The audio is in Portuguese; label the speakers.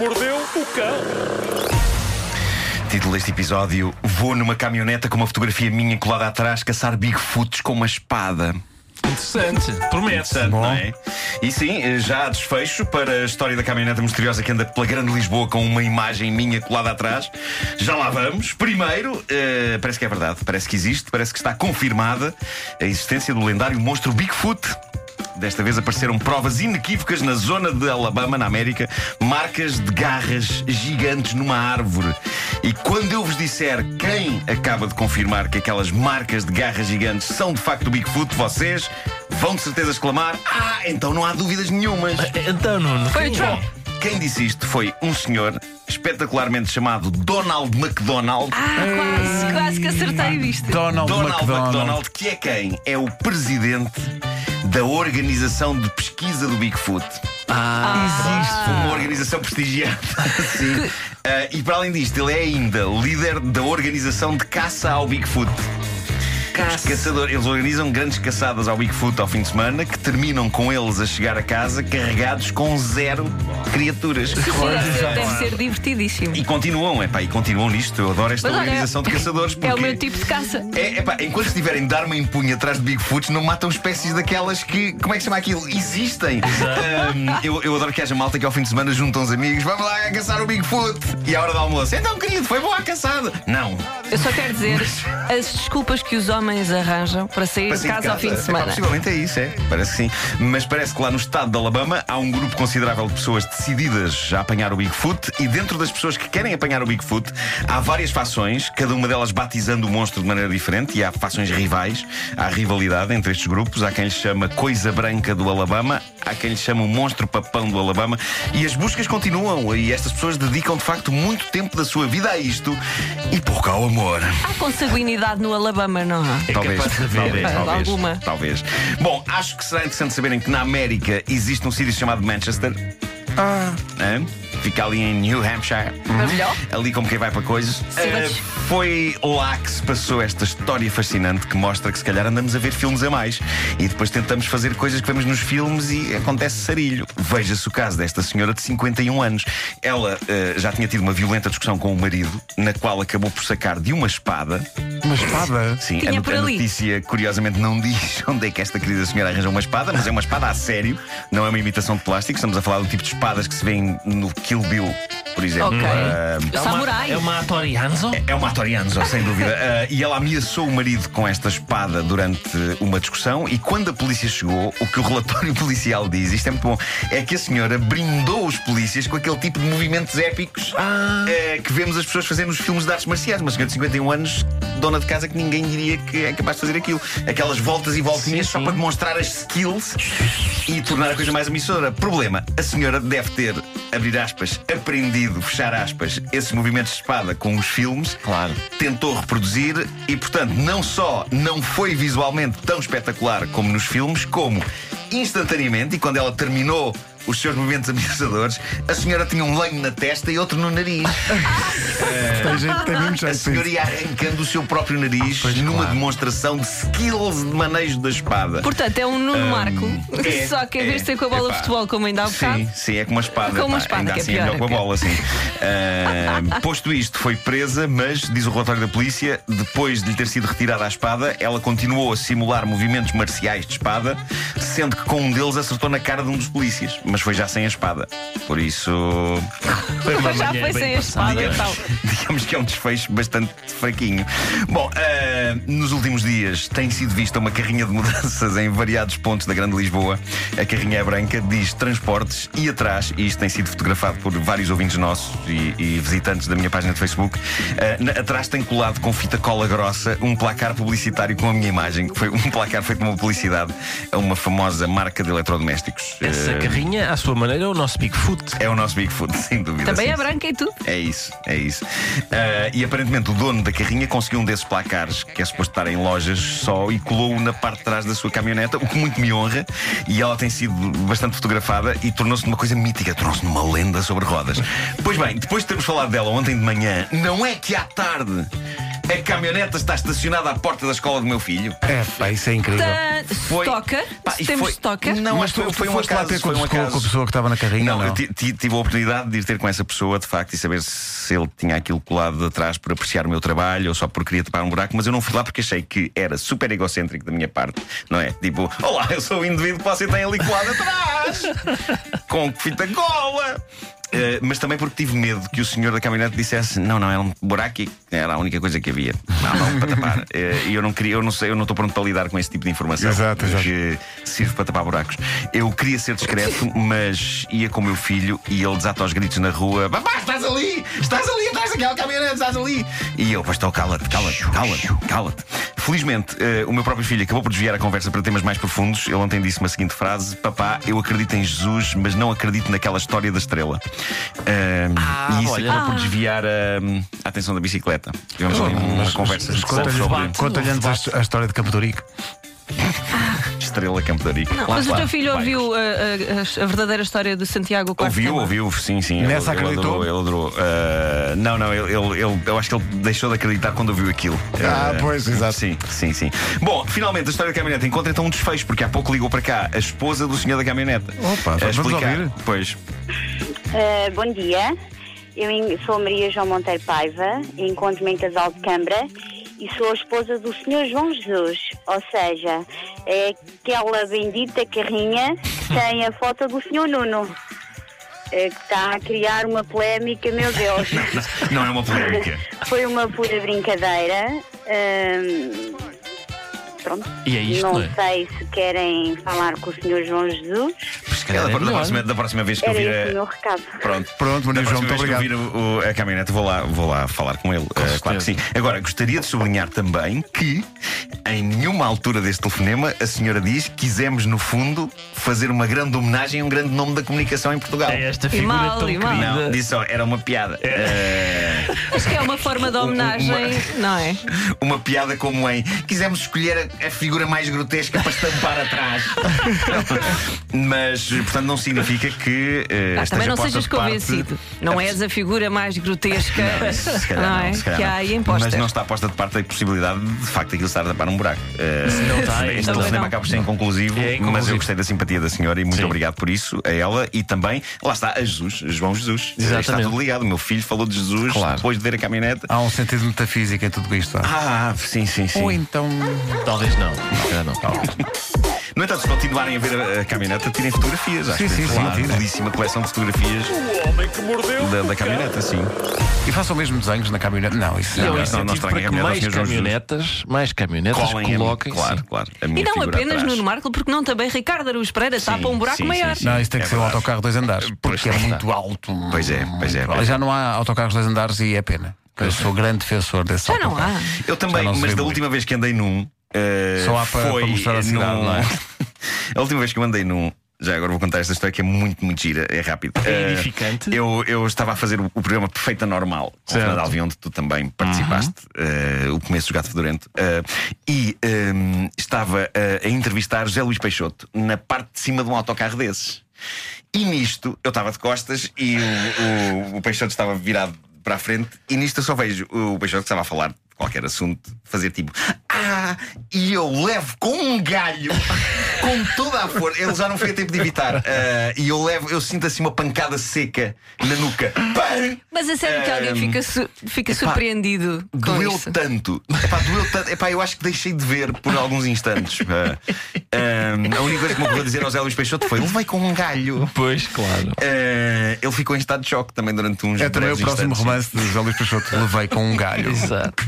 Speaker 1: o cão.
Speaker 2: Título deste episódio: Vou numa caminhoneta com uma fotografia minha colada atrás caçar Bigfoots com uma espada.
Speaker 1: Interessante. Promete.
Speaker 2: Interessante, não é? E sim, eh, já há desfecho para a história da caminhoneta misteriosa que anda pela Grande Lisboa com uma imagem minha colada atrás. Já lá vamos. Primeiro, eh, parece que é verdade, parece que existe, parece que está confirmada a existência do lendário monstro Bigfoot. Desta vez apareceram provas inequívocas na zona de Alabama, na América, marcas de garras gigantes numa árvore. E quando eu vos disser quem acaba de confirmar que aquelas marcas de garras gigantes são de facto o Bigfoot, vocês vão de certeza exclamar: Ah, então não há dúvidas nenhumas.
Speaker 1: Então, Nuno.
Speaker 3: Foi o
Speaker 1: quem
Speaker 3: João.
Speaker 1: é?
Speaker 2: Quem disse isto foi um senhor espetacularmente chamado Donald McDonald.
Speaker 3: Ah, quase, quase que acertei, viste?
Speaker 4: Donald,
Speaker 2: Donald
Speaker 4: McDonald.
Speaker 2: McDonald, que é quem? É o presidente da organização de pesquisa do Bigfoot.
Speaker 3: Ah,
Speaker 2: Existe uma organização prestigiada. Sim. Ah, e para além disto, ele é ainda líder da organização de caça ao Bigfoot. Os caçadores, eles organizam grandes caçadas ao Bigfoot ao fim de semana que terminam com eles a chegar a casa carregados com zero criaturas.
Speaker 3: Deve ser, deve ser divertidíssimo. É
Speaker 2: E continuam, epá, e continuam nisto. Eu adoro esta
Speaker 3: Mas olha,
Speaker 2: organização de caçadores. Porque...
Speaker 3: É o meu tipo de caça.
Speaker 2: É, epá, enquanto estiverem de arma em punho atrás de Bigfoots, não matam espécies daquelas que. Como é que chama aquilo? Existem! Ahm, eu, eu adoro que haja malta que ao fim de semana juntam os amigos, vamos lá caçar o Bigfoot! E à hora do almoço, então querido, foi boa a caçada! Não!
Speaker 3: Eu só quero dizer as desculpas que os homens arranjam para sair
Speaker 2: Para
Speaker 3: de
Speaker 2: sair
Speaker 3: casa, ao fim de
Speaker 2: Epá,
Speaker 3: semana.
Speaker 2: possivelmente é isso, é. Parece que sim. Mas parece que lá no estado de Alabama há um grupo considerável de pessoas decididas a apanhar o Bigfoot e dentro das pessoas que querem apanhar o Bigfoot há várias fações, cada uma delas batizando o monstro de maneira diferente e há fações rivais, há rivalidade entre estes grupos. Há quem lhe chama Coisa Branca do Alabama, há quem lhe chama o Monstro Papão do Alabama e as buscas continuam e estas pessoas dedicam de facto muito tempo da sua vida a isto e pouco ao amor.
Speaker 3: Há consanguinidade no Alabama, não há?
Speaker 2: Talvez,
Speaker 4: É capaz de haver.
Speaker 2: talvez,
Speaker 3: Ah,
Speaker 2: talvez,
Speaker 3: alguma.
Speaker 2: talvez. Bom, acho que será interessante saberem que na América existe um sítio chamado Manchester. Ah. Fica ali em New Hampshire. Uhum.
Speaker 3: Maravilhoso.
Speaker 2: Ali como quem vai para coisas.
Speaker 3: mas-
Speaker 2: Ah, foi lá que se passou esta história fascinante que mostra que se calhar andamos a ver filmes a mais e depois tentamos fazer coisas que vemos nos filmes e acontece sarilho. Veja-se o caso desta senhora de 51 anos. Ela ah, já tinha tido uma violenta discussão com o marido, na qual acabou por sacar de uma espada
Speaker 4: Uma espada.
Speaker 2: Sim,
Speaker 3: Tinha
Speaker 2: a,
Speaker 3: por
Speaker 2: a
Speaker 3: ali.
Speaker 2: notícia curiosamente não diz onde é que esta querida senhora arranja uma espada, mas é uma espada a sério, não é uma imitação de plástico. Estamos a falar do tipo de espadas que se vêem no Kill Bill, por exemplo.
Speaker 3: Ok.
Speaker 2: Ah,
Speaker 3: O Samurai.
Speaker 1: É uma Atorianzo?
Speaker 2: é uma Atorianzo, sem dúvida. Ah, e ela ameaçou o marido com esta espada durante uma discussão. E quando a polícia chegou, o que o relatório policial diz, isto é muito bom, é que a senhora brindou os polícias com aquele tipo de movimentos épicos
Speaker 1: Ah.
Speaker 2: eh, que vemos as pessoas fazerem nos filmes de artes marciais. Uma senhora de 51 anos, dona de casa, que ninguém diria que é capaz de fazer aquilo. Aquelas voltas e voltinhas
Speaker 1: Sim,
Speaker 2: só
Speaker 1: sim.
Speaker 2: para demonstrar as skills e tornar a coisa mais emissora. Problema: a senhora deve ter, abrir aspas, aprendido, fechar aspas, esses movimentos de espada com os filmes.
Speaker 1: Claro.
Speaker 2: Tentou reproduzir e, portanto, não só não foi visualmente tão espetacular como nos filmes, como instantaneamente, e quando ela terminou os seus movimentos ameaçadores, a senhora tinha um lenho na testa e outro no nariz.
Speaker 4: Tem gente, tem mesmo
Speaker 2: A
Speaker 4: jeito.
Speaker 2: senhora ia arrancando o seu próprio nariz numa
Speaker 4: claro.
Speaker 2: demonstração de skills de manejo da espada.
Speaker 3: Portanto, é um Nuno Marco.
Speaker 2: Hum, é,
Speaker 3: só que em vez de ser com a bola
Speaker 2: epá.
Speaker 3: de futebol, como ainda há
Speaker 2: Sim,
Speaker 3: um bocado,
Speaker 2: sim, é com uma espada.
Speaker 3: Com uma
Speaker 2: pá.
Speaker 3: espada,
Speaker 2: Ainda
Speaker 3: que é
Speaker 2: assim
Speaker 3: pior,
Speaker 2: melhor com a
Speaker 3: é pior.
Speaker 2: bola, sim. Ah, posto isto, foi presa, mas, diz o relatório da polícia, depois de lhe ter sido retirada a espada, ela continuou a simular movimentos marciais de espada, sendo que com um deles acertou na cara de um dos polícias, mas foi já sem a espada. Por isso,
Speaker 1: Foi uma
Speaker 3: já
Speaker 1: manhã
Speaker 3: foi
Speaker 1: bem
Speaker 3: sem a
Speaker 1: passada.
Speaker 3: espada e
Speaker 2: digamos,
Speaker 3: tal.
Speaker 2: digamos que é um desfecho bastante fraquinho. Bom, ah, nos últimos dias tem sido vista uma carrinha de mudanças em variados pontos da Grande Lisboa. A carrinha é branca, diz transportes e atrás, e isto tem sido fotografado por vários ouvintes nossos e, e visitantes da minha página de Facebook. ah, na- atrás tem colado com fita cola grossa um placar publicitário com a minha imagem, que foi um placar feito numa publicidade a uma famosa marca de eletrodomésticos.
Speaker 1: Essa
Speaker 4: Eh.
Speaker 2: Ah,
Speaker 1: carrinha, à sua maneira, é o nosso Bigfoot.
Speaker 2: é o nosso Bigfoot, sem dúvida.
Speaker 3: Também
Speaker 2: Sim,
Speaker 3: é
Speaker 2: sim.
Speaker 3: branca e tudo.
Speaker 2: É isso, é isso. Ah, e aparentemente o dono da carrinha conseguiu um desses placares, que é suposto estar em lojas só, e colou-o na parte de trás da sua caminhoneta, o que muito me honra. E ela tem sido bastante fotografada e tornou-se numa coisa mítica, tornou-se numa lenda sobre rodas. Pois bem, depois de termos falado dela ontem de manhã, não é que à tarde. A caminhoneta está estacionada à porta da escola do meu filho.
Speaker 4: É, pá, isso é incrível.
Speaker 3: Tan-
Speaker 2: Foi-
Speaker 3: Stalker?
Speaker 2: Pá, e
Speaker 3: Temos
Speaker 2: foi-
Speaker 3: stalker?
Speaker 2: Não, mas
Speaker 4: tu-
Speaker 2: foi,
Speaker 4: tu
Speaker 2: foi um
Speaker 4: foste lá
Speaker 2: acaso.
Speaker 4: ter com,
Speaker 2: foi
Speaker 4: a
Speaker 2: um
Speaker 4: pessoa-
Speaker 2: acaso.
Speaker 4: com a pessoa que estava na carrinha.
Speaker 2: Não,
Speaker 4: ou
Speaker 2: eu ti- ti- tive a oportunidade de ir ter com essa pessoa, de facto, e saber se ele tinha aquilo colado de atrás por apreciar o meu trabalho ou só porque queria tapar um buraco, mas eu não fui lá porque achei que era super egocêntrico da minha parte, não é? Tipo, olá, eu sou o indivíduo que você tem ali colado atrás, com fita cola. Eh, mas também porque tive medo que o senhor da caminhonete dissesse não, não, era um buraco e era a única coisa que havia. Não, não, para tapar. Eh, E eu não queria, eu não sei, eu não estou pronto para lidar com esse tipo de informação
Speaker 4: Exato, exato.
Speaker 2: que sirve para tapar buracos. Eu queria ser discreto, mas ia com o meu filho e ele desata aos gritos na rua: Papá, estás ali! Estás ali atrás daquela caminhonete, estás ali! E eu, pastor, cala-te, cala-te, cala-te, cala-te. Felizmente, eh, o meu próprio filho acabou por desviar a conversa para temas mais profundos. Ele ontem disse uma seguinte frase: Papá, eu acredito em Jesus, mas não acredito naquela história da estrela. Ahm,
Speaker 3: Ah,
Speaker 2: e isso
Speaker 1: olha.
Speaker 2: acabou por desviar ahm, a atenção da bicicleta. Tivemos ali uma conversa
Speaker 1: Então, mas conta-lhe-
Speaker 2: sobre
Speaker 4: Conta-lhe antes a, his- a história de Campo de Ourique.
Speaker 2: estrela Campo de Arico.
Speaker 3: Não, mas o teu filho ouviu a, a- a verdadeira história de Santiago Quarto
Speaker 2: Ouviu,
Speaker 3: Tema?
Speaker 2: ouviu, sim, sim.
Speaker 4: Nessa
Speaker 2: ele, ele adorou,
Speaker 4: acreditou?
Speaker 2: ele adorou. Ah, não, não, ele, ele- ele- eu acho que ele deixou de acreditar quando ouviu aquilo. Uh,
Speaker 4: Ah, pois, exato.
Speaker 2: Sim, sim, sim. Bom, finalmente a história da caminhonete encontra então um desfecho, porque há pouco ligou para cá a esposa do senhor da caminhonete.
Speaker 4: Opa,
Speaker 2: a
Speaker 4: vamos
Speaker 2: explicar.
Speaker 4: ouvir.
Speaker 2: Pois.
Speaker 5: Uh, bom dia, eu en- sou a Maria João Monteiro Paiva, encontro-me em casal de Câmara e sou a esposa do Senhor João Jesus, ou seja, é aquela bendita carrinha que tem a foto do Senhor Nuno, eh, que está a criar uma polémica, meu Deus.
Speaker 2: Não é uma polémica.
Speaker 5: Foi uma pura brincadeira. ahm, pronto.
Speaker 1: E é isto,
Speaker 5: não
Speaker 1: não é?
Speaker 5: sei se querem falar com o Senhor João Jesus.
Speaker 2: Se calhar
Speaker 4: é
Speaker 2: da, da
Speaker 1: melhor.
Speaker 2: próxima, da próxima vez que eu
Speaker 5: Era
Speaker 2: vir
Speaker 5: esse o
Speaker 2: a.
Speaker 5: meu recado.
Speaker 2: Pronto.
Speaker 4: Pronto, Maria
Speaker 2: Da
Speaker 4: João,
Speaker 2: próxima
Speaker 4: muito
Speaker 2: vez
Speaker 4: obrigado.
Speaker 2: que eu vir o- o- a caminhonete, vou lá, vou lá falar com ele. Eh, claro que sim. Agora, gostaria de sublinhar também que, em nenhuma altura deste telefonema, a senhora diz que quisemos, no fundo, fazer uma grande homenagem a um grande nome da comunicação em Portugal.
Speaker 1: É esta figura
Speaker 3: mal,
Speaker 1: tão
Speaker 3: e mal.
Speaker 1: querida.
Speaker 2: Não, disse só, era uma piada.
Speaker 3: É.
Speaker 2: Eh,
Speaker 3: Acho que é uma forma de homenagem, não é?
Speaker 2: uma piada como em quisemos escolher a, a figura mais grotesca para estampar atrás. Mas, portanto, não significa que. eh,
Speaker 3: Ah, também
Speaker 2: esteja
Speaker 3: não
Speaker 2: posta
Speaker 3: sejas
Speaker 2: de parte-
Speaker 3: convencido. Não é és a figura mais grotesca
Speaker 2: Não, isso se calhar
Speaker 3: não
Speaker 2: não,
Speaker 3: é?
Speaker 2: se calhar
Speaker 3: que
Speaker 2: não.
Speaker 3: há aí em postas.
Speaker 2: Mas não está posta de parte a possibilidade de, de facto aquilo estar a tapar um buraco. Eh,
Speaker 1: não está,
Speaker 2: este
Speaker 1: então
Speaker 2: telefonema
Speaker 3: não.
Speaker 2: acaba por ser inconclusivo,
Speaker 1: É inconclusivo.
Speaker 2: mas eu gostei da simpatia da senhora e muito
Speaker 1: Sim.
Speaker 2: obrigado por isso a ela e também, lá está, a Jesus, João Jesus. Eh, Está
Speaker 1: Exatamente.
Speaker 2: tudo ligado. O meu filho falou de Jesus
Speaker 4: Claro.
Speaker 2: depois de ver a caminhonete.
Speaker 4: Há um sentido metafísico em tudo isto. há.
Speaker 2: Ah, sim, sim, sim.
Speaker 4: Ou então.
Speaker 1: Talvez não. Se calhar não.
Speaker 2: No entanto, se continuarem a ver a, a caminhoneta, tirem fotografias. Acho
Speaker 4: Sim,
Speaker 2: que
Speaker 4: sim,
Speaker 2: temos
Speaker 4: sim,
Speaker 2: lá uma
Speaker 4: tirem.
Speaker 2: belíssima coleção de fotografias da, da caminhoneta, sim.
Speaker 4: E façam mesmo desenhos na caminhonete. Não,
Speaker 1: E
Speaker 4: isso
Speaker 1: é um
Speaker 4: não.
Speaker 2: não, não
Speaker 1: incentivo
Speaker 2: estraguem
Speaker 1: para que
Speaker 2: a piada ao
Speaker 1: mais
Speaker 2: Sr. João Jesus.
Speaker 1: caminhonetas, mais caminhonetas
Speaker 2: a-
Speaker 1: coloquem.
Speaker 2: claro,
Speaker 1: sim.
Speaker 2: claro. a
Speaker 3: E
Speaker 2: minha
Speaker 3: não
Speaker 2: figura
Speaker 3: apenas
Speaker 2: atrás.
Speaker 3: Nuno Marco, porque não também Ricardo Araújo Pereira tapa um buraco
Speaker 2: sim,
Speaker 3: maior.
Speaker 2: sim,
Speaker 4: Não, isso tem que
Speaker 2: É
Speaker 4: ser um
Speaker 2: verdade.
Speaker 4: autocarro dois andares.
Speaker 2: Pois
Speaker 4: Porque é
Speaker 2: lá está.
Speaker 4: muito alto.
Speaker 2: Pois é, pois é,
Speaker 4: Muito
Speaker 2: pois
Speaker 4: alto.
Speaker 2: é.
Speaker 4: Já não há autocarros dois andares e é pena. Eu sou grande defensor desse
Speaker 3: Já não
Speaker 4: autocarro.
Speaker 3: há.
Speaker 2: Eu também,
Speaker 4: Já não se
Speaker 2: mas
Speaker 4: vê
Speaker 2: da
Speaker 4: muito.
Speaker 2: última vez que andei num. eh,
Speaker 4: Só há para-
Speaker 2: foi
Speaker 4: para mostrar a cidade,
Speaker 2: num-
Speaker 4: não é?
Speaker 2: a última vez que eu andei num. Já agora vou contar esta história que é muito, muito gira, é rápido.
Speaker 1: É
Speaker 2: Eh,
Speaker 1: edificante.
Speaker 2: eu, eu estava a fazer o, o programa Perfeita Normal, com o
Speaker 1: Certo.
Speaker 2: Fernando Alvim, onde tu também participaste, eh, o começo do Gato Fedorento, eh, e ehm, estava eh, a entrevistar José Luís Peixoto na parte de cima de um autocarro desses. E nisto, eu estava de costas e o, o- o Peixoto estava virado para a frente, e nisto eu só vejo o Peixoto que estava a falar de qualquer assunto, fazer tipo. Ah, e eu levo com um galho, com toda a força. Ele já não foi a tempo de evitar. eh, e eu levo, eu sinto assim uma pancada seca na nuca. Pam!
Speaker 3: Mas a sério que alguém
Speaker 2: Ahm,
Speaker 3: fica, su- fica
Speaker 2: epá,
Speaker 3: surpreendido com
Speaker 2: Doeu
Speaker 3: isso.
Speaker 2: tanto. Epá, doeu tanto. Epá, eu acho que deixei de ver por alguns instantes. Ah, ah, a única coisa que me ocorreu dizer ao Zé Luís Peixoto foi: ele vai com um galho.
Speaker 1: Pois, claro.
Speaker 2: Ah, ele ficou em estado de choque também durante uns
Speaker 4: É também o
Speaker 2: breves
Speaker 4: próximo
Speaker 2: instantes.
Speaker 4: romance de José Luís Peixoto. Levei com um galho.
Speaker 1: Exato.